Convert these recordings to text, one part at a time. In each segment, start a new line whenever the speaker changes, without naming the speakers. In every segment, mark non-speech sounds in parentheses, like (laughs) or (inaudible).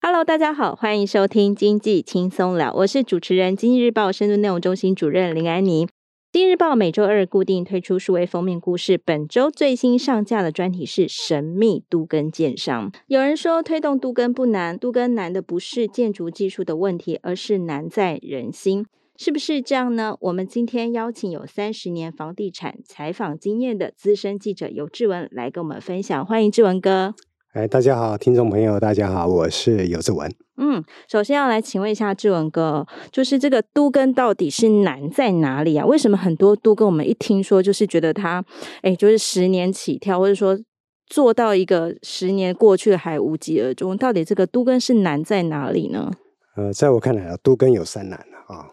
Hello，大家好，欢迎收听《经济轻松聊》，我是主持人《经济日报》深度内容中心主任林安妮。《经济日报》每周二固定推出数位封面故事，本周最新上架的专题是“神秘都跟建商”。有人说推动都跟不难，都跟难的不是建筑技术的问题，而是难在人心。是不是这样呢？我们今天邀请有三十年房地产采访经验的资深记者尤志文来跟我们分享，欢迎志文哥。
哎，大家好，听众朋友，大家好，我是尤志文。
嗯，首先要来请问一下志文哥，哦就是这个都跟到底是难在哪里啊？为什么很多都跟我们一听说，就是觉得它，哎，就是十年起跳，或者说做到一个十年过去了还无疾而终，到底这个都跟是难在哪里呢？
呃，在我看来啊，都跟有三难啊、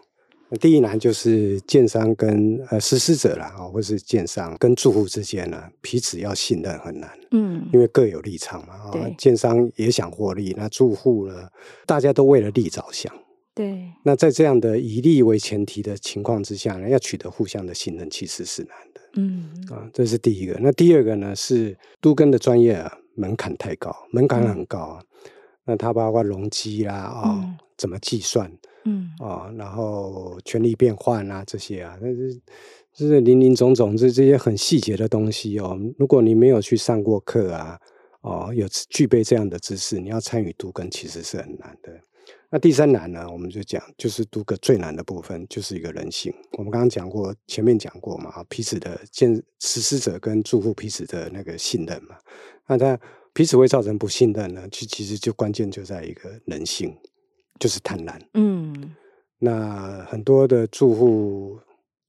那第一难就是建商跟呃实施者啦，啊、或是建商跟住户之间呢、彼此要信任很难，
嗯
因为各有立场嘛啊、
对
建商也想获利，那住户呢，大家都为了利着想。
对，
那在这样的以利为前提的情况之下呢，要取得互相的信任，其实是难的。
嗯
啊，这是第一个。那第二个呢是都跟的专业啊，门槛太高，门槛很高啊。那它包括容积啦啊、
嗯
怎么计算
嗯，
啊、然后权力变换啊这些啊，那是就是林林总总这这些很细节的东西哦。如果你没有去上过课啊，哦，有具备这样的知识，你要参与都跟其实是很难的。那第三难呢，我们就讲，就是读个最难的部分，就是一个人性。我们刚刚讲过，前面讲过嘛，啊彼此的建实施者跟住户彼此的那个信任嘛。那他彼此会造成不信任呢，其其实就关键就在一个人性，就是贪婪。
嗯，
那很多的住户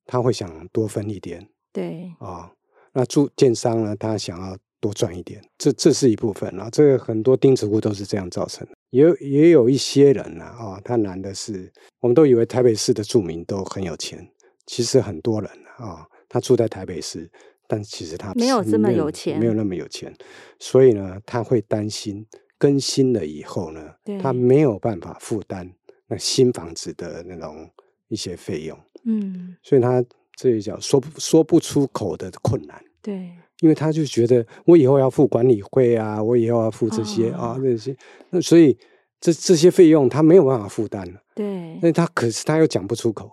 他会想多分一点
对，
啊、那住建商呢，他想要多赚一点，这这是一部分啊。这个很多钉子户都是这样造成的，也有也有一些人呢、啊，哦，他难的是，我们都以为台北市的住民都很有钱，其实很多人啊、他住在台北市，但其实他
没有
是
这么
没
有钱
没有那么有钱，所以呢，他会担心更新了以后呢，
对
他没有办法负担那新房子的那种一些费用，
嗯
所以他这里讲说不说不出口的困难。
对，
因为他就觉得我以后要付管理费啊，我以后要付这些啊、
哦
那些，那所以这这些费用他没有办法负担了，
对，
那他可是他又讲不出口，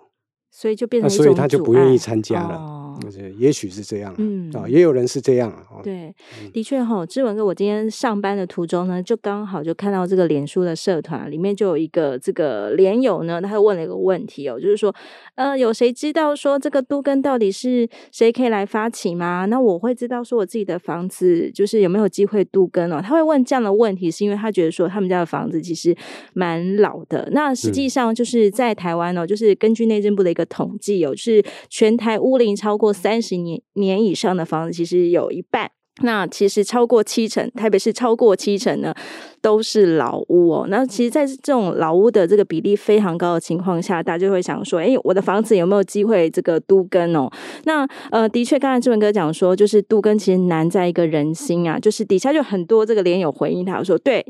所以就变
那
成一
所以
种
他就
阻
不愿
碍
意参加了。
哦
那是也许是这样啊，
嗯
啊、也有人是这样啊，哦
对，的确哈、志文哥，我今天上班的途中呢，就刚好就看到这个脸书的社团里面就有一个这个连友呢，他问了一个问题哦，就是说，呃，有谁知道说这个都跟到底是谁可以来发起吗？那我会知道说我自己的房子就是有没有机会都跟哦。他会问这样的问题，是因为他觉得说他们家的房子其实蛮老的。那实际上就是在台湾哦，就是根据内政部的一个统计哦，就是全台屋龄超过三十年年以上的房子，其实有一半。那其实超过七成，台北市超过七成呢，都是老屋哦。那其实，在这种老屋的这个比例非常高的情况下，大家就会想说，诶，我的房子有没有机会这个都跟哦？那呃，的确，刚才志文哥讲说，就是都跟其实难在一个人心啊，就是底下就很多这个连友回应他说，对，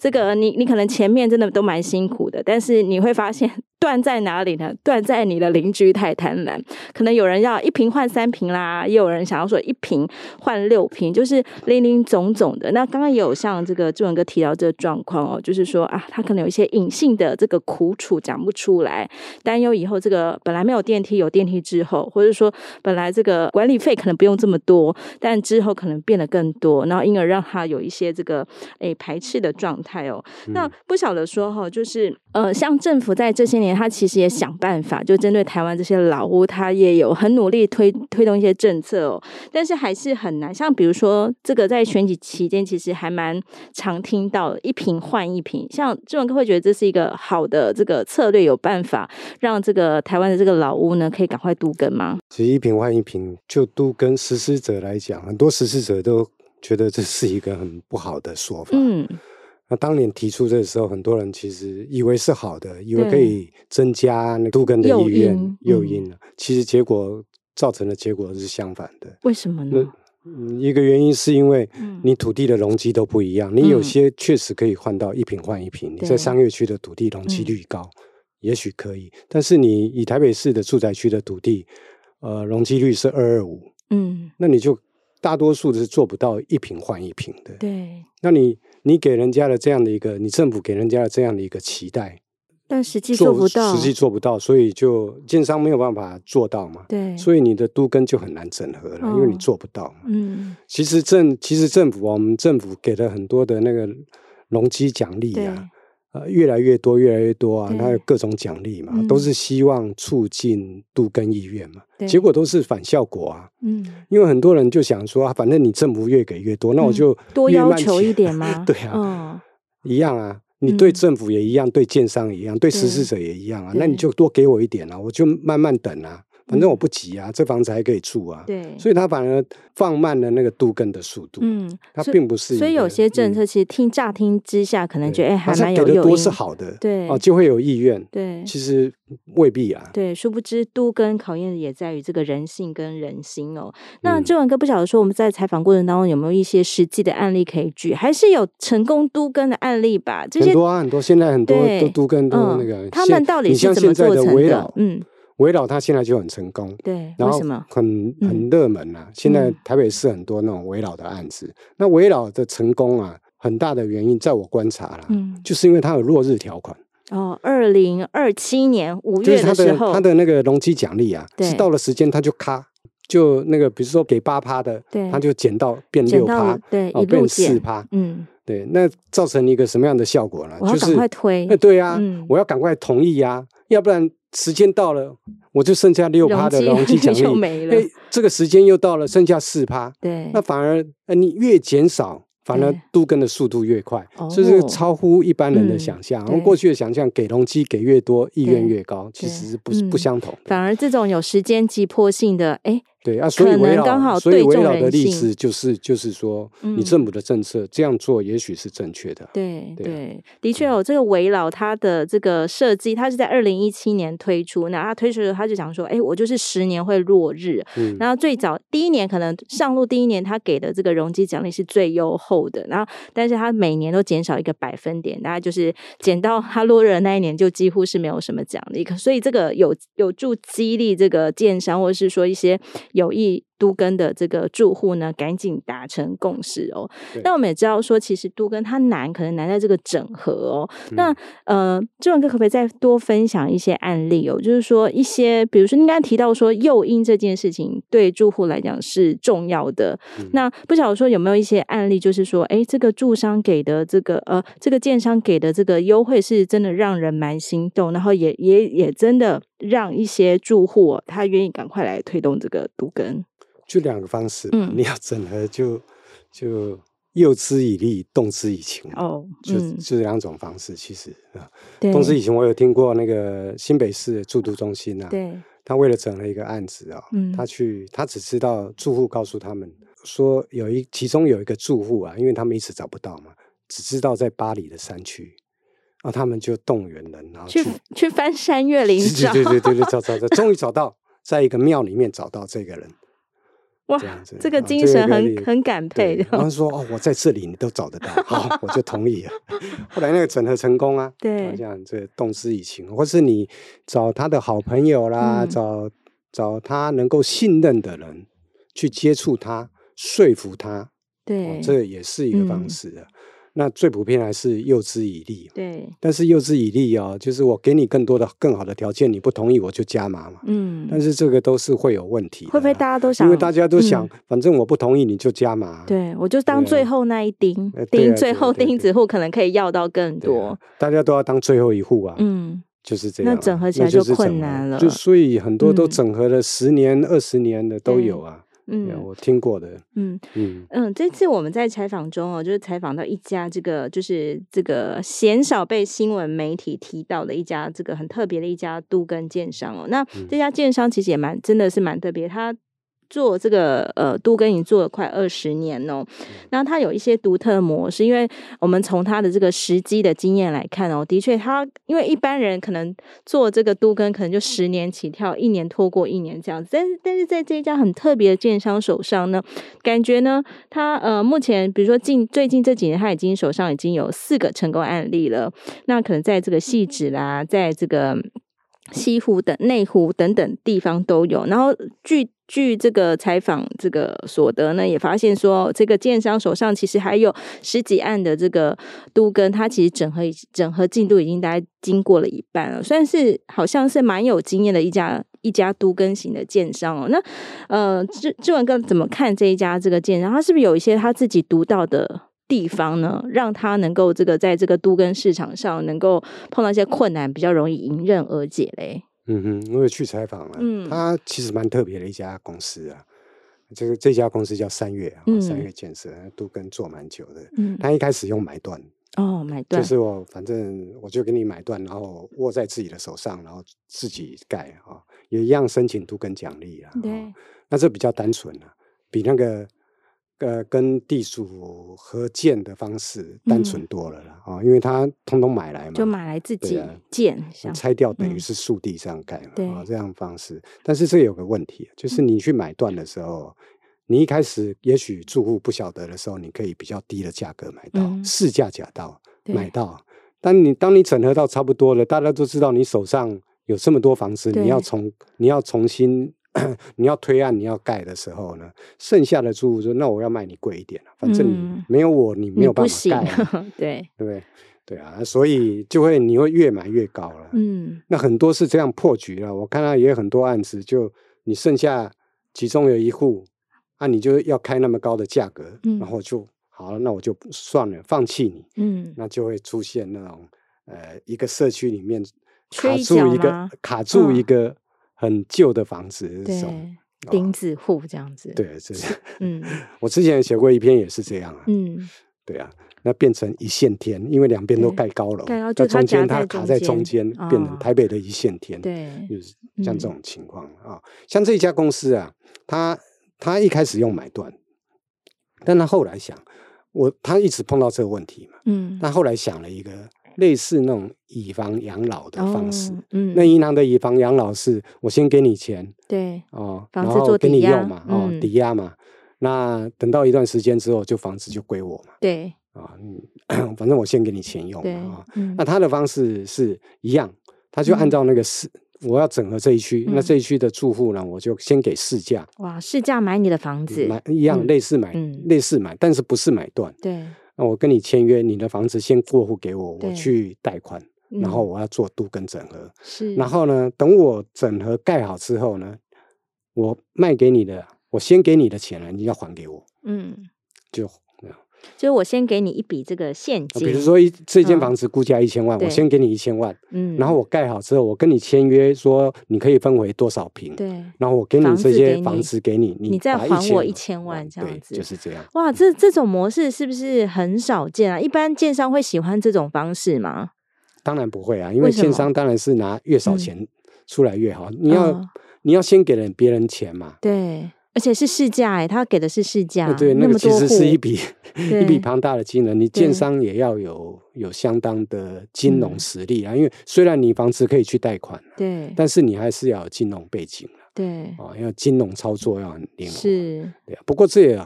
这个你你可能前面真的都蛮辛苦的，但是你会发现 (laughs) 断在哪里呢？断在你的邻居太贪婪，可能有人要一瓶换三瓶啦，也有人想要说一瓶换六瓶，就是零零总总的。那刚刚也有像这个志文哥提到这个状况哦，就是说啊，他可能有一些隐性的这个苦楚讲不出来，担忧以后这个本来没有电梯有电梯之后，或者说本来这个管理费可能不用这么多，但之后可能变得更多，然后因而让他有一些这个
嗯
诶排斥的状态哦。那不晓得说哈、就是呃，像政府在这些年年他其实也想办法，就针对台湾这些老屋，他也有很努力推推动一些政策哦，但是还是很难。像比如说这个在选举期间，其实还蛮常听到一瓶换一瓶。像志文哥会觉得这是一个好的这个策略，有办法让这个台湾的这个老屋呢可以赶快都更吗？
其实一瓶换一瓶，就都跟实施者来讲，很多实施者都觉得这是一个很不好的说法。
嗯，
那当年提出这个时候，很多人其实以为是好的，以为可
对
以增加那个都更的
诱
意愿
因
诱
嗯
因了。其实结果造成的结果是相反的。
为什么呢？
嗯，一个原因是因为
嗯
你土地的容积都不一样，你有
嗯
些确实可以换到一平换一平，你在
对
商业区的土地容积
嗯
率高，也许可以，但是你以台北市的住宅区的土地，呃，容积率是二二五，
嗯，
那你就大多数是做不到一平换一平的。
对。
那你你给人家的这样的一个，你政府给人家的这样的一个期待，
但实际做不到，
实际做不到，所以就建商没有办法做到嘛，
对，
所以你的都跟就很难整合了，因为你
哦
做不到嘛。
嗯，
其实政其实政府啊，我们政府给了很多的那个容积奖励
对，嗯
啊，呃，越来越多，越来越多啊
对，
它有各种奖励嘛，
嗯
都是希望促进度跟意愿嘛，
对
结果都是反效果啊。
嗯，
因为很多人就想说，啊、反正你政府越给越多，那我
嗯
就、
多要求一
(laughs)
点吗？
对啊， (laughs)
嗯，
一样啊。你对
嗯
政府也一样，对建商也一样，对实施者也一样啊。那你
对
就多给我一点啊，我就慢慢等啊，反正
嗯
我不急啊，这房子还可以住啊。
对，
所以它反而放慢了那个度跟的速度。
嗯，
它
所以
并不是一个。
所以有些政
嗯
策其实听乍听之下，可能
对
觉得哎
它
还
是
蛮
给
有
的
诱
多
因，
是好的，
对
哦，就会有意愿。
对
其实未必啊。
对，殊不知都跟考验也在于这个人性跟人心哦。那
嗯
志文哥不晓得说我们在采访过程当中有没有一些实际的案例可以举，还是有成功都跟的案例吧？这
很
些
多啊，很多现在很多
对
都都跟都那
嗯
个，
他
现
们到底
你
是
像
怎么
现在
做
的
成
围
的
绕？，
嗯，
围绕它现在就很成功，
对，为
然后
什么？
很很
嗯
热门啊。现在
嗯
台北市很多那种围绕的案子，那围绕的成功啊，很大的原因在我观察啦，
嗯，
就是因为它有落日条款，
哦，二零二七年五
就
月
是它
时
的
候，
它的那个容积奖励啊，是
对
到了时间它就咔。就那个，比如说给八趴的，
对
它就减到变
减
六
到
趴，
对
哦，
一路
变四
减
趴，
嗯，
对，那造成一个什么样的效果呢？
我要
就是
赶快推
那对啊，
嗯
我要赶快同意啊，要不然时间到了，我就剩下六趴的容
容 (laughs)
积
积
奖
就
励，
没了
哎，这个时间又到了，剩下四趴，
对，
那反而呃你越减少。反而
对
度跟的速度越快，
哦
这是超乎一般人的
嗯
想象。
对
过去的想象，给容积给越多，意愿
对
越高，其
对
实是不
嗯
不相同的。
反而这种有时间急迫性的，哎，
对啊，所以
可
围
能
绕
刚好
所以
对
围
中
绕的
人
例
性
子就是就是说，
嗯
你政府的政策这样做也许是正确的。
对
对啊
对，的确哦有这个围绕它的这个设计，它是在二零一七年推出，那它推出的时候他就想说，哎，我就是十年会落日，
嗯，
然后最早第一年可能上路第一年，他给的这个容积奖励是最优厚的，然后但是他每年都减少一个百分点，大概就是减到他落日的那一年就几乎是没有什么奖励，可所以这个有有助激励这个建商或者是说一些有意。都根的这个住户呢，赶紧达成共识哦
对。
那我们也知道说，其实都根它难，可能难在这个整合哦。那呃，志文哥可不可以再多分享一些案例哦？就是说一些，比如说您刚才提到说诱因这件事情对住户来讲是重要的，
嗯
那不晓得说有没有一些案例，就是说，哎，这个住商给的这个呃，这个建商给的这个优惠是真的让人蛮心动，然后也也也真的让一些住户、哦、他愿意赶快来推动这个独根，
就两个方式吧，
嗯
你要整合就就诱之以利，动之以情嘛
哦，
就
嗯，
就两种方式。其实啊，
对，
动之以情，我有听过那个新北市的住都中心啊，
对，
他为了整了一个案子啊，
嗯
他去他只知道住户告诉他们说有一其中有一个住户啊，因为他们一直找不到嘛，只知道在巴黎的山区，啊，他们就动员人，然后
去去翻山越岭
对
找，
(laughs) 对对对对，
(laughs)
找找找，终于找到，在一个庙里面找到这个人。
哇
这样子，
哦这个
啊
精神
个
很
例
很感佩
对
的，
然后说哦，我在这里你都找得到，好，我就同意了。 (laughs) 后来那个整合成功啊，
对
啊这样这动之以情，或是你找他的好朋友啦，
嗯
找找他能够信任的人去接触他，说服他，哦
对，
这也是一个方
嗯
式的。那最普遍还是诱之以利，
对，
但是诱之以利哦，就是我给你更多的、更好的条件，你不同意我就加码嘛。
嗯，
但是这个都是会有问题的啦，
会不会大家都想，
因为大家都想
嗯，
反正我不同意你就加码，
对，我就当
对啊
最后那一钉
呃对啊
钉，
对
最
啊
后
对啊
钉
对
子
啊
户可能可以要到更
对啊
多。
大家都要当最后一户啊。
嗯，
就是这样啊。
那整合起来就
就是整
困难
合
了
啊就所以很多都
嗯
整合了十年、二十年的都有啊。对啊
嗯
我听过的，
嗯
嗯，
嗯，这次我们在采访中哦，就是采访到一家这个就是这个鲜少被新闻媒体提到的一家这个很特别的一家都跟建商哦。那
嗯
这家建商其实也蛮真的是蛮特别，他做这个呃都跟已经做了快二十年哦。
嗯
那它有一些独特的模式，因为我们从它的这个时机的经验来看哦，的确它因为一般人可能做这个都跟可能就十年起跳，一年拖过一年这样子，但是但是在这一家很特别的建商手上呢，感觉呢，它呃目前比如说近最近这几年，它已经手上已经有四个成功案例了，那可能在这个细致啦，在这个西湖等内湖等等地方都有。然后据据这个采访这个所得呢，也发现说，这个建商手上其实还有十几案的这个都跟，它其实整合已整合进度已经大概经过了一半了，算是好像是蛮有经验的一家。一家都跟型的建商哦，那呃，志志文哥怎么看这一家这个建商？他是不是有一些他自己独到的地方呢，让他能够这个在这个都跟市场上能够碰到一些困难，比较容易迎刃而解嘞。
嗯哼，我也去采访了，
嗯
它其实蛮特别的一家公司啊。这个这家公司叫三月啊，三
嗯
月建设都跟做蛮久的。
嗯，
他一开始用买断，
哦，买断，
就是我反正我就给你买断，然后握在自己的手上，然后自己盖啊、也一样申请都跟奖励啊。
(laughs)
哦
对，
那这比较单纯啊，比那个呃跟地主合建的方式单纯
嗯
多了啦啊、哦因为他通通买来嘛，
就买来自
对
己
啊
建，像
拆掉等于
嗯
是树地上盖嘛，
对嗯
啊、这样方式。但是这有个问题，就是你去买断的时候，你一开始也许住户不晓得的时候，你可以比较低的价格买到，
嗯
市价假到
对
买到。但你当你整合到差不多了，大家都知道你手上有这么多房子，
对
你要重你要重新 (clears throat) 你要推案你要盖的时候呢，剩下的住户说：“那我要卖你贵一点啊反正你
嗯
没有我你没
你
有办
不
法
行
盖、啊，，
(laughs) 对，
(laughs) 对不对？”对啊，所以就会你会越买越高了。
嗯，
那很多是这样破局了。我看到也有很多案子，就你剩下其中有一户，啊，你就要开那么高的价格，
嗯
然后就好了，那我就算了，放弃你，
嗯，
那就会出现那种呃，一个社区里面
缺
卡
一
住
角
一个
吗
卡住一
嗯
个很旧的房子这种。
对，钉子户这样子，，
哦对，这是
嗯
(laughs) 我之前也写过一篇，也是这样啊。 (laughs)
嗯，
对啊，那变成一线天，因为两边都
对
盖高楼，
盖高
那
就它
中
夹
间它
在
卡
中
在中间
间，
变成
啊
台北的一线天。
对，
就是像这
嗯
种情况啊、像这一家公司啊，他他一开始用买断，但他后来想，我他一直碰到这个问题嘛，
嗯，
他后来想了一个类似那种以房养老的方式。
哦嗯，
那银行的以房养老是，我先给你钱
对，
哦，
房
然
子
后
做
给
抵
你
押
用嘛，哦，
嗯
抵押嘛。那等到一段时间之后，就房子就归我嘛，
对，
啊、嗯 (coughs) 反正我先给你钱用
对
嘛，啊、，
嗯
那，他的方式是一样，他就按
嗯
照那个市，我要整合这一区，那
嗯
这一区的住户呢，我就先给市价
哇，市价买你的房子，
买一样
嗯
类似买
嗯
类似买，但是不是买断。
对，
那我跟你签约，你的房子先过户给我，
对
我去贷款，然后
嗯
我要做都跟整合，
是，
然后呢，等我整合盖好之后呢，我卖给你的，我先给你的钱呢，你要还给我，
嗯，
就。呃
就是我先给你一笔这个现金，
啊比如，说一这间
嗯
房子估价一千万，
对
我先给你一千万，
嗯，
然后我盖好之后，我跟你签约说你可以分为多少平，
对，
然后我给
房
你
子
这
给
些
你
房子给你，
你再
把
还我
1000
1000万这样
对
子
就是这样。
哇，这这种模式是不是很少见啊？一般建商会喜欢这种方式吗？
当然不会啊，因
为
为
什
建
么
商当然是拿越少
嗯
钱出来越好。你要
嗯
你要先给人别人钱嘛，
对，而且是市价哎、他给的是市价，
那啊对，
啊
那
么
个其
多
实是一
户
笔
对
一笔庞大的金额。你
对
建商也要有有相当的金融
嗯
实力啊，因为虽然你房子可以去贷款，
对
但是你还是要有金融背景
对
啊，因为金融操作要很灵活。
嗯是，
对啊，不过这也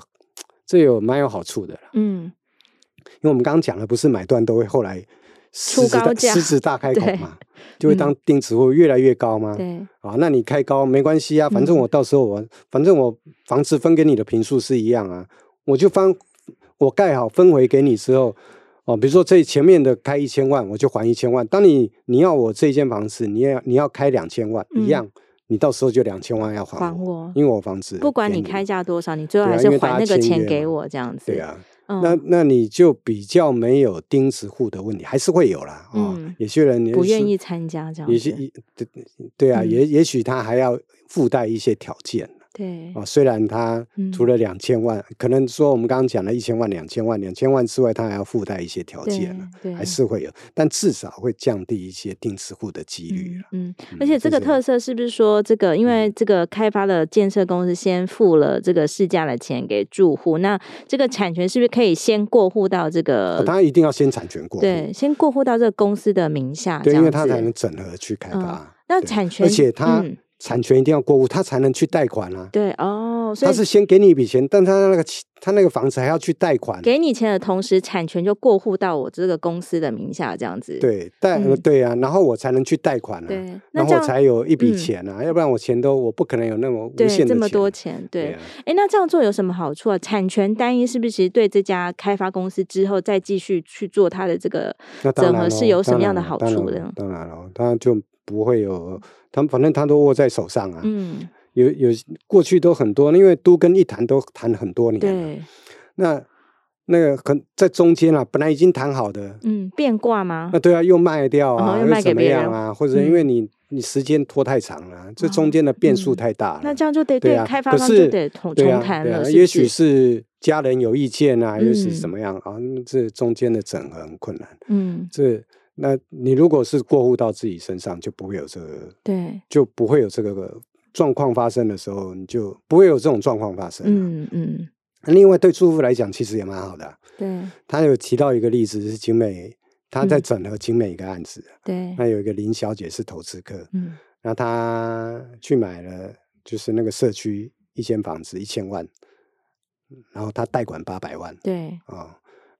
这也有蛮有好处的啦，
嗯，
因为我们刚刚讲的不是买断都会后来狮
出
子
高
大
价
狮子大开口
对嗯
嘛，就会当定值会越来越高吗？
对
啊，那你开高没关系啊，反正
嗯
我到时候我、反正我房子分给你的平数是一样啊，我就翻我盖好分回给你之后。哦，比如说这前面的开一千万，我就还一千万。当你你要我这间房子，你也要你要开两千万，
嗯
一样，你到时候就两千万要还
还我
因为我房子
不管
给
你开价多少，你最后
对
还
啊
是
因为大
还
家
那个钱
签约
给
嘛
我这样子，
对，啊，
嗯
那那你就比较没有钉子户的问题，还是会有啦。哦，
嗯
有些人也
不愿
许
意参加这样
也许
子
也对对啊，
嗯
也也许他还要附带一些条件
对
啊、哦。虽然他除
嗯
了两千万，可能说我们刚刚讲了一千万、两千万、两千万之外，他还要附带一些条件了，
对，
还是会有，但至少会降低一些钉子户的几率了。
嗯，嗯
嗯
而且这
这
个
是
特色是不是说，这个因为这个开发的建设公司先付了这个市价的钱给住户，那这个产权是不是可以先过户到这个？
哦他一定要先产权过户，
呃对，先过户到这个公司的名下，
对，
这
因为
样
他
子
才能整合去开
嗯
发。
那
对
产权，
而且他
嗯
产权一定要过户，他才能去贷款啊。
对哦，所
他
以
是先给你一笔钱，但他那个起他那个房子还要去贷款，
给你钱的同时，产权就过户到我这个公司的名下，这样子。
对贷、
嗯
对啊，然后我才能去贷款啊，
对，那这
然后
样
我才有一笔
嗯
钱啊，要不然我钱都我不可能有那么无
对
限的
这么多
钱
钱，对。
啊
哎，那这样做有什么好处啊？产权单一是不是其实对这家开发公司之后再继续去做它的这个
那当
整
然
合
咯
是有什
当
么样的
然
好
咯当然
处
咯
呢？
当然了，他就不会有，他反正他都握在手上啊。
嗯，
有有过去都很多，因为都跟一谈都谈很多年了，
对，
那那个很在中间啊，本来已经谈好的，
嗯，变卦吗
那？对啊，又卖掉
哦
啊，
又卖给
怎么
别人
样啊，或者因为你、你时间拖太长了、啊这中间的变数
嗯
太大了。
那这样就得
对
对
啊，
开发
可
方
是
就得重
对啊
重谈
对啊
了，
也
是
许
不是？
是家人有意见啊，也许
嗯
怎么样啊，那这中间的整合很困难。
嗯，
这那你如果是过户到自己身上，就不会有这个，
对，
就不会有这个状况发生的时候，你就不会有这种状况发生、嗯，
嗯嗯，
另外对住户来讲，其实也蛮好的啊、
对
他有提到一个例子是景美，他在
嗯
整合景美一个案子，啊
对，
那有一个林小姐是投资客，
嗯
那她去买了就是那个社区一间房子一千万，然后她贷款八百万
对
啊、哦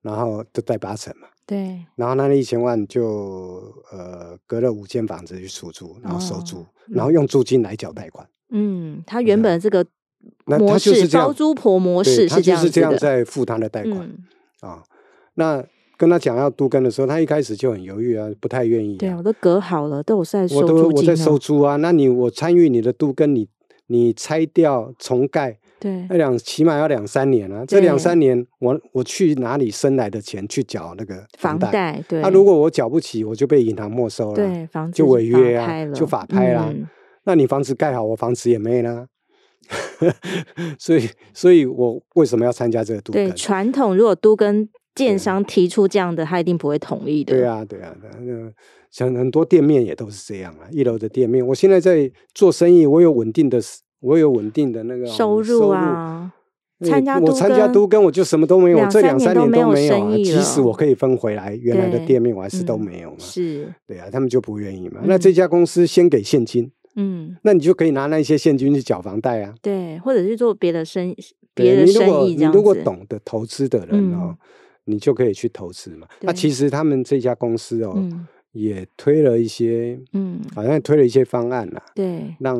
然后就贷八成嘛，
对，
然后那一千万就呃隔了五间房子去出租，然后收
哦
租，然后用租金来缴贷款，
嗯，他原本这个
啊那
模
他就
式
是这样
包租婆模
对
式
他
这
就
样
是
子
这样
的，
在付他的贷款。
嗯，
啊、那跟他讲要都跟的时候，他一开始就很犹豫啊，不太愿意、
对啊，
啊。
我都隔好了，都有在收
我都
租
我
金
在
了，
收租啊，那你我参与你的都跟你你拆掉重盖，
对
那两起码要两三年啊。这
对
两三年我我去哪里生来的钱去缴那个
房
贷？
贷，对，
那、如果我缴不起，我就被银行没收了。
对房子
就违
法
约啊
拍了
就法拍啦
嗯
那你房子盖好，我房子也没啦。 (laughs) 所以，所以我为什么要参加这个都
对
跟？啊
传统，如果都跟建商提出这样的，他一定不会同意的。
对，啊，对啊，那像很多店面也都是这样啊。一楼的店面，我现在在做生意，我有稳定的，我有稳定的那个哦
收入。啊，
收入
参加
我
都
参加
更
都跟我就什么都没有，
两
这
三
两
年
三
都
年
没有
没有
生
啊。
意
即使
了
我可以分回来原来的
对
店面，我还是都
嗯
没有嘛。
是，
对啊，他们就不愿意嘛。那这家公司先给现金，
嗯，
那你就可以拿那些现金去缴房贷啊。
对，或者是做别的生
对
别的
你如果
生意这
你
样
如果
子嗯
懂得投资的人哦，你就可以去投资嘛。那
对
其实他们这家公司哦，
嗯
也推了一些，
嗯，
好像推了一些方案啦、
对，
让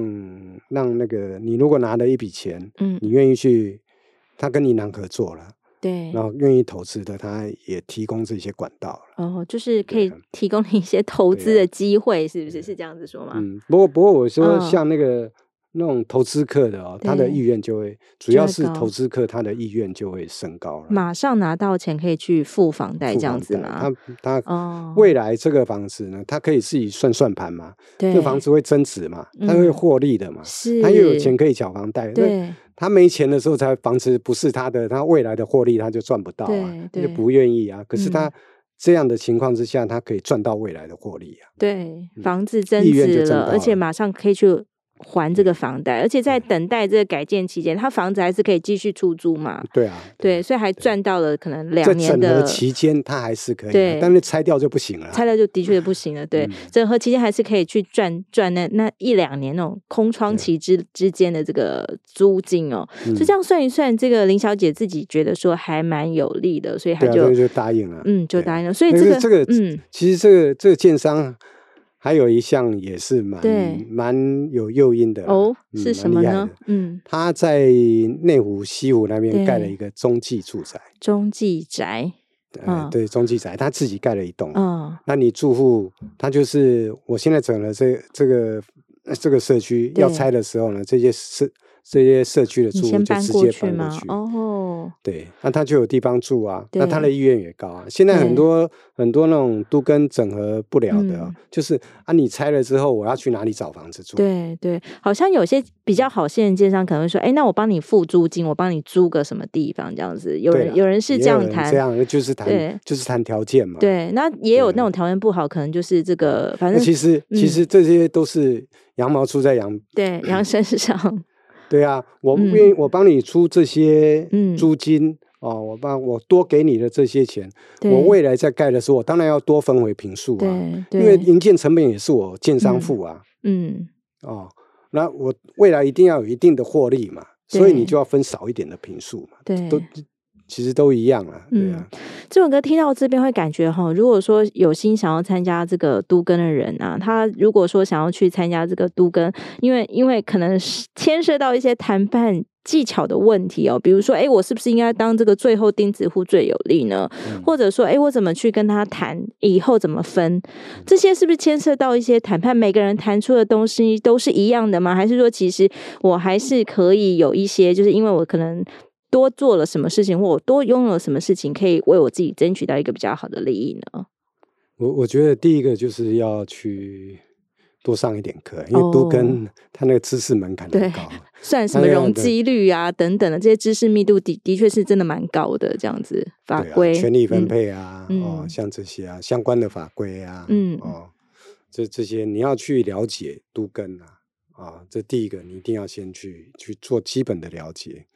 让那个你如果拿了一笔钱，
嗯
你愿意去，他跟银行合作了，
对，
然后愿意投资的，他也提供这些管道了。
哦，就是可
对
以
啊
提供你一些投
对
资
啊
的机会，是不是？是这样子说吗？
嗯，不过不过我说
嗯
像那个。那种投资客的哦，他的
对
意愿就会，主
就
要
会
是
高
投资客他的意愿就会升高了。
马上拿到钱可以去付房贷
付
这样
房
子
贷
吗？
他他
哦，
未来这个房子呢，他可以自己算算盘嘛，
对
这房子会增值嘛，他会
嗯
获利的嘛，
是，
他又有钱可以缴房贷，那
对
他没钱的时候才房子不是他的，他未来的获利他就赚不到啊，他
对对
就不愿意啊。可是他
嗯
这样的情况之下，他可以赚到未来的获利啊。
对，
嗯
房子增
意愿
值
就增
了，
高
而且
了嗯
马上可以去还这个房贷，而且在等待这个改建期间，他房子还是可以继续出租嘛。
对啊，
对，
对，
所以还赚到了可能
在
两年
整合
的，
期间他还是可以啊
对，
但是拆掉就不行了啊。
拆了就的确不行了。对
嗯，
整合期间还是可以去赚赚那那一两年那种空窗
对
期之之间的这个租金哦。
嗯
所以这样算一算，这个林小姐自己觉得说还蛮有利的，所以她
对啊，
就
这就答应了。
嗯就
对啊
答应了。所以
可
这
是
个
这个
嗯
其实这个这个建商还有一项也是蛮
对
蛮有诱因的啦
哦
嗯
是什么
蛮厉害
呢
的？
嗯，
他在内湖西湖那边盖了
对
一个中继住宅，
中继宅，
呃
嗯
对，中继宅他自己盖了一栋。
嗯
那你住户他就是我现在整了这这个这个社区
对
要拆的时候呢，这些社这些社区的
你
住户
先
就
搬
直
过
接
去
搬过
吗
去？。
哦，
对，那他就有地方住啊，那他
对
的意愿也高啊。现在很
对
多很多那种都跟整合不了的啊，
嗯
就是啊，你拆了之后，我要去哪里找房子住？
对对，好像有些比较好信任建商可能会说，哎，那我帮你付租金，我帮你租个什么地方这样子。有
对啦，
人有人是
也
这
有
样
人
谈
这，样就是谈
对
就是谈条件嘛。，
对，那也有那
对
种条件不好，可能就是这个，反
那
正
其实其
嗯
实这些都是羊毛出在羊
对杨 (laughs) 身上，
对啊，我
嗯
愿意我帮你出这些
嗯
租金、哦，我帮我多给你的这些钱，
对
我未来再盖的时候，我当然要多分回平数啊，
对
因为
对，
营建成本也是我建商付啊，
嗯，
哦，那我未来一定要有一定的获利嘛，所以你
对
就要分少一点的平数嘛，
对，
都其实都一样啊，对啊，
志文哥听到这边会感觉哈，如果说有心想要参加这个都根的人啊，他如果说想要去参加这个都根，因为因为可能是牵涉到一些谈判。技巧的问题哦，比如说，哎，我是不是应该当这个最后钉子户最有利呢？
嗯
或者说，哎，我怎么去跟他谈以后怎么分？这些是不是牵涉到一些谈判？每个人谈出的东西都是一样的吗？还是说，其实我还是可以有一些，就是因为我可能多做了什么事情，或我多拥有了什么事情，可以为我自己争取到一个比较好的利益呢？
我我觉得第一个就是要去多上一点课，因为都
哦
跟他那个知识门槛
对
很高。
算什么
哎呀
容
对
积率啊，等等的这些知识密度的的确是真的蛮高的，这样子法
对
规、
啊、权利分
嗯
配啊，哦，
嗯
像这些啊，相关的法规啊，
嗯
哦，这这些你要去了解都根啊，啊，这第一个你一定要先去去做基本的了解，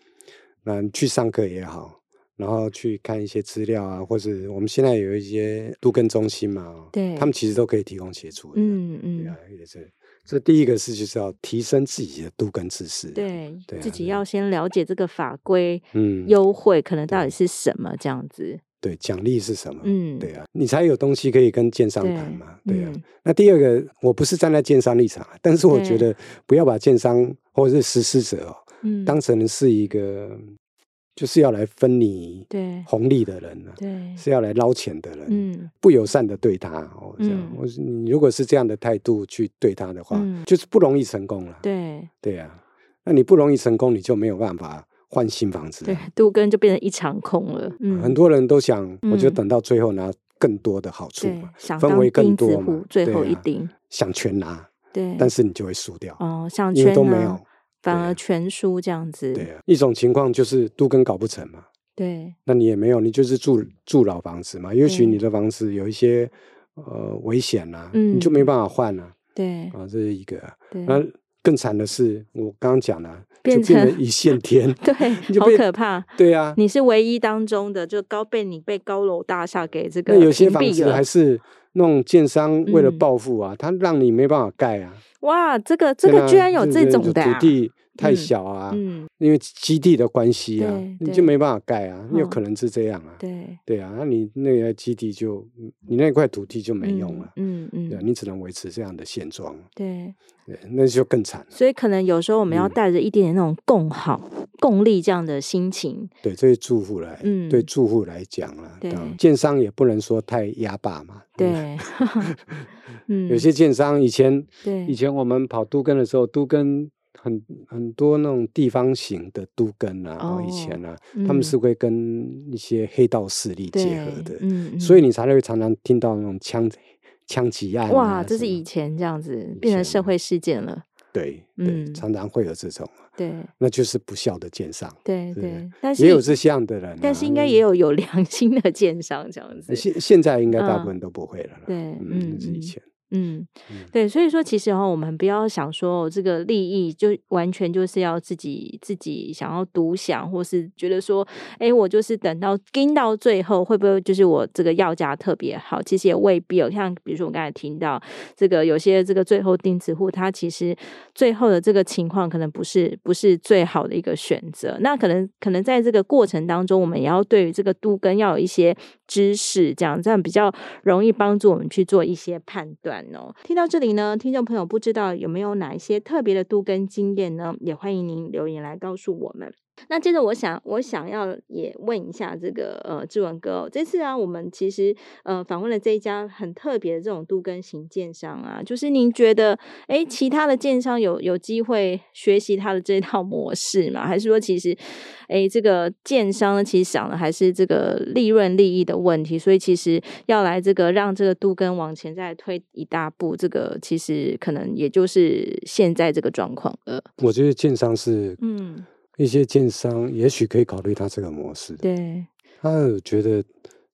那去上课也好，然后去看一些资料啊，或是我们现在有一些都根中心嘛，哦
对
他们其实都可以提供协助的，
嗯嗯
对啊，，也是。这第一个是就是要提升自己的都根知识啊，
对，
对啊
自己
对
要先了解这个法规
嗯，
优惠可能到底是什么这样子。
对奖励是什么，
嗯
对啊，你才有东西可以跟建商
对
谈嘛，对啊。
嗯
那第二个，我不是站在建商立场啊，但是我觉
对
得不要把建商或者是实施者哦，
嗯，
当成是一个就是要来分你
对
红利的人啊，
对，
是要来捞钱的人，
嗯
不友善的对他哦，这样
嗯，
我是你如果是这样的态度去对他的话，
嗯
就是不容易成功了，
对
对啊。那你不容易成功，你就没有办法换新房子啊，
对，杜根就变成一场空了。嗯，
很多人都想，我就
嗯
等到最后拿更多的好处
对
嘛，，
想
分
当
为更
钉子
多
户
嘛，
最
对
后一
啊
定
想全拿，
对，
但是你就会输掉，
哦，像
因为
圈
都没
啊
有。
反
对
而
啊
全输这样子。
对啊，一种情况就是都跟搞不成嘛，
对
那你也没有，你就是住住老房子嘛，也许
对
你的房子有一些呃危险啦，你就
嗯
没办法换啦，
对
啊，这是一个啊。
对
那更惨的是，我刚刚讲了，就
变
变
成
成
(laughs)，
一线天
对，
你就
好
被
可怕！
对啊，
你是唯一当中的，就高被你被高楼大厦给这个
那有些
屏蔽
房子
了
还是那种建商为了
嗯
报复啊，他让你没办法盖啊。
哇，这个这
对
个
啊
居然有
就
这
是
种的、啊
土，地太
嗯
小啊，
嗯，
因为基地的关系啊
对，
你
对
就没办法盖啊，有
嗯
可能是这样啊。
对，
对啊，那你那个基地就嗯你那块土地就没用了，
嗯嗯
对啊，
嗯，
你只能维持这样的现状，
对，
对，那就更惨了。
所以可能有时候我们要
嗯
带着一点点那种共好、共利这样的心情，
对这些住户来，对
嗯
住户来讲啊，
对
当然建商也不能说太压霸嘛。嗯，
对， (laughs) 嗯，
有些建商以前
对
以前我们跑都根的时候，都根很很多那种地方型的都根啊，哦、以前啊，他们
嗯
是会跟一些黑道势力
对
结合的，
嗯，
所以
嗯
你才会常常听到那种枪枪击案、啊。
哇，这是
以
以前这样子
以
变成
前
社
啊
会事件了，
对对、
嗯
常常会有这种，啊
对
那就是不孝的奸商，
对
是
对，但是
也有这样的人啊、
但是应该
那
也有有良心的奸商这样子。
现现在应该大
嗯
部分都不会了啦。
对
嗯，那是
嗯嗯
以前。
嗯
嗯，
对，所以说其实哈、哦我们不要想说这个利益就完全就是要自己自己想要独享，或是觉得说，哎，我就是等到盯到最后，会不会就是我这个要价特别好？其实也未必有。哦像比如说我刚才听到这个有些这个最后钉子户，他其实最后的这个情况可能不是不是最好的一个选择。那可能可能在这个过程当中，我们也要对于这个都跟要有一些知识，这样这样比较容易帮助我们去做一些判断哦。听到这里呢，听众朋友不知道有没有哪一些特别的都跟经验呢？也欢迎您留言来告诉我们。那接着我想，我想要也问一下这个呃志文哥、哦，这次啊，我们其实呃访问了这一家很特别的这种都跟型建商啊，就是您觉得，诶，其他的建商有有机会学习他的这套模式吗？还是说其实，诶，这个建商呢，其实想的还是这个利润利益的问题，所以其实要来这个让这个都跟往前再推一大步，这个其实可能也就是现在这个状况了。
我觉得建商是，
嗯，
一些建商也许可以考虑他这个模式的，
对。
他有觉得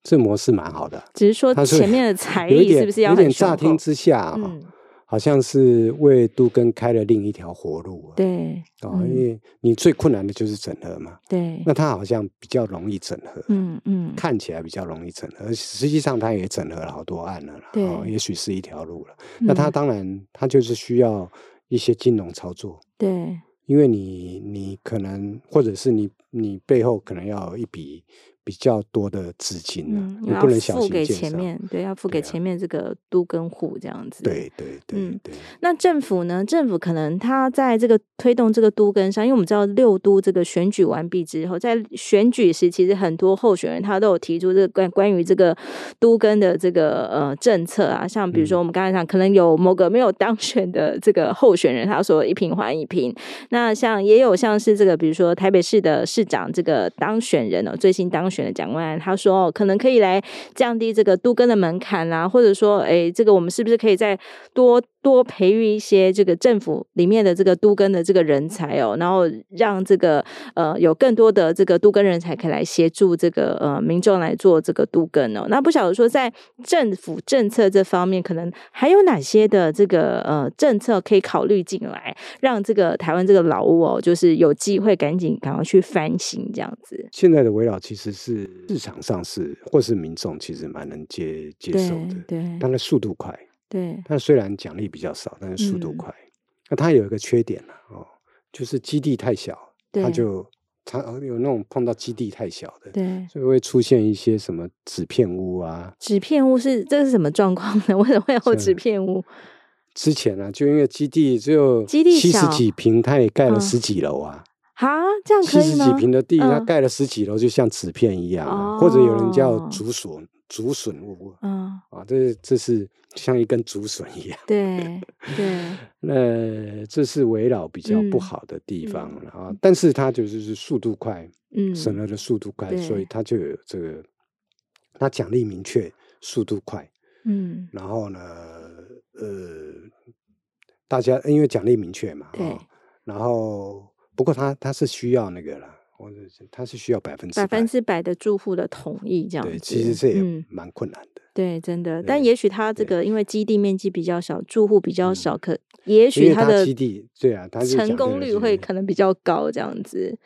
这模式蛮好的，
只是说
他是
前面的财
有一
力
点
是不是要
有点
很
乍
雄
听
厚？
之下啊、
嗯，
好像是为都跟开了另一条活路、啊，
对，
哦，
嗯
因为你最困难的就是整合嘛，
对，
那它好像比较容易整合，
嗯嗯，
看起来比较容易整合，实际上它也整合了好多案了啦，
对
哦，也许是一条路了。那它
嗯
当然，它就是需要一些金融操作，
对
因为你你可能或者是你你背后可能要有一笔比较多的资金啊，
嗯，
你
要
不能小
付
型
给
建
前
商。
面，对，要付给
对啊
前面这个都跟户这样子。
对对对
嗯
对，
那政府呢？政府可能他在这个推动这个都跟上，因为我们知道六都这个选举完毕之后，在选举时，其实很多候选人他都有提出这个关关于这个都跟的这个呃政策啊，像比如
嗯
说我们刚才讲，可能有某个没有当选的这个候选人，他说一平还一平。那像也有像是这个，比如说台北市的市长这个当选人哦，最新当选的蒋万安，他说哦，可能可以来降低这个都更的门槛啦、或者说，诶，这个我们是不是可以再多多培育一些这个政府里面的这个都更的这个人才哦，然后让这个呃有更多的这个都更人才可以来协助这个呃民众来做这个都更哦。那不晓得说在政府政策这方面，可能还有哪些的这个呃政策可以考虑进来，让这个台湾这个老屋哦，就是有机会赶紧赶快去翻新这样子。
现在的围绕其实是市场上是或是民众其实蛮能接接
对
受的，
对
它的速度快，
对，
它虽然奖励比较少，但是速度
嗯
快。那、它有一个缺点了、哦，就是基地太小，它
对
就它呃有那种碰到基地太小的，
对。
所以会出现一些什么纸片屋啊。
纸片屋是这是什么状况呢？为 (laughs) 什么会有
是
纸片屋？
之前啊，就因为基地只有
基地
七十
小
几平，它也盖了
嗯
十几楼啊，
哈，这样
七
可以
十
吗？
几平的地，它
嗯
盖了十几楼，就像纸片一样、啊，或者有人叫
哦
竹笋竹笋屋
嗯，
啊，这这是像一根竹笋一样。
对对
(laughs) 那这是围绕比较不
嗯
好的地方
嗯
了啊，但是它就是是速度快，
嗯，
审核的速度快，所
对
以它就有这个，它奖励明确，速度快，
嗯
然后呢，呃，大家因为奖励明确嘛，
对
啊，然后不过它它是需要那个啦，我者是它是需要百分之
百分
百，
之百的住户的同意这样
对，
子，
其实这也
嗯
蛮困难的，
对，真的，
对
但也许它这
对
个因为基地面积比较小，住户比较少，
嗯
可也
因
许
为它
的
基地对啊它就讲这
成
个
功率
是
会可能比较高这样子。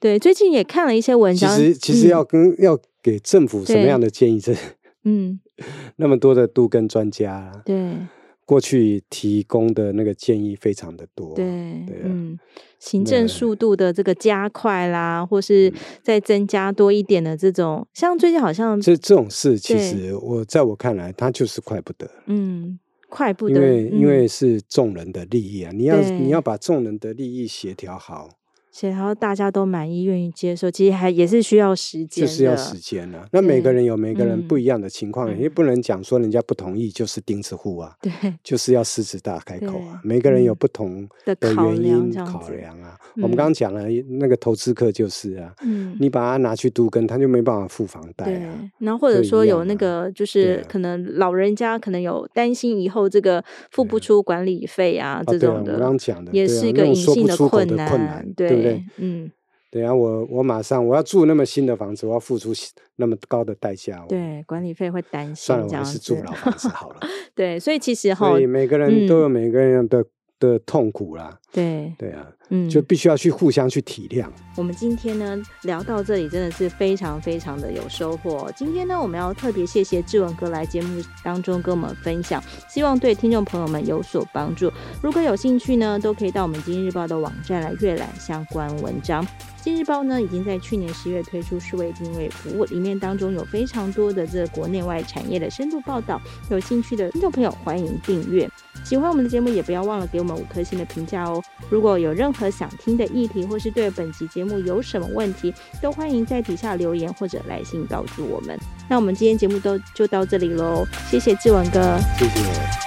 对
对，最近也看了一些文
其
章，
实其
嗯
实要跟、要给政府什么
对
样的建议，这 (laughs)
嗯，
那么多的都跟专家，
对
过去提供的那个建议非常的多，
对，
对啊
嗯，行
那嗯
政速度的这个加快啦，或是再增加多一点的这种，像最近好像
这这种事其
对
实我在我看来，它就是快不得，
嗯，快不得，
因为、
嗯
因为是众人的利益啊，你要
对
你要把众人的利益协调好，
所以然后大家都满意、愿意接受，其实还也是需要时间
就
的，
是要时间啊。那每个
对
人有每个人不
嗯
一样的情况，啊
嗯
也不能讲说人家不同意就是钉子户啊，
对
就是要狮子大开口啊。
对
每个人有
嗯
不同
的
的
考
原
量
因
这样
考
子
量啊。我们
嗯
刚刚讲了那个投资客就是啊，
嗯。
你把它拿去都跟，他就没办法付房贷
对
啊。，
然后或者
都一
说有
样
那
啊
个，就
对
是
啊
可能老人家可能有担心以后这个付不出管理费啊
啊，
这
对啊，我
种
们
的，
刚刚讲的，
也
对啊
是一
那
个
种
隐
说
性
不出口
困
的困难，
对
不对？
嗯，
对啊，我我马上我要住那么新的房子，我要付出那么高的代价，我，哦
对，管理费会担心，
算了，我
这样
还是住
子
老房子好了。
对，所以其实哈
所，以每个
嗯
人都有每个人的的痛苦啦，
对，
对啊，
嗯，
就必须要去互相去体谅。
我们今天呢聊到这里，真的是非常非常的有收获。哦今天呢，我们要特别谢谢志文哥来节目当中跟我们分享，希望对听众朋友们有所帮助。如果有兴趣呢，都可以到我们《今日报》的网站来阅览相关文章。今日报呢已经在去年十月推出数位定位服务，里面当中有非常多的这个国内外产业的深度报道，有兴趣的听众朋友欢迎订阅。喜欢我们的节目，也不要忘了给我们五颗星的评价哦。如果有任何想听的议题，或是对本集节目有什么问题，都欢迎在底下留言或者来信告诉我们。那我们今天节目都就到这里喽，谢谢志文哥。
谢谢。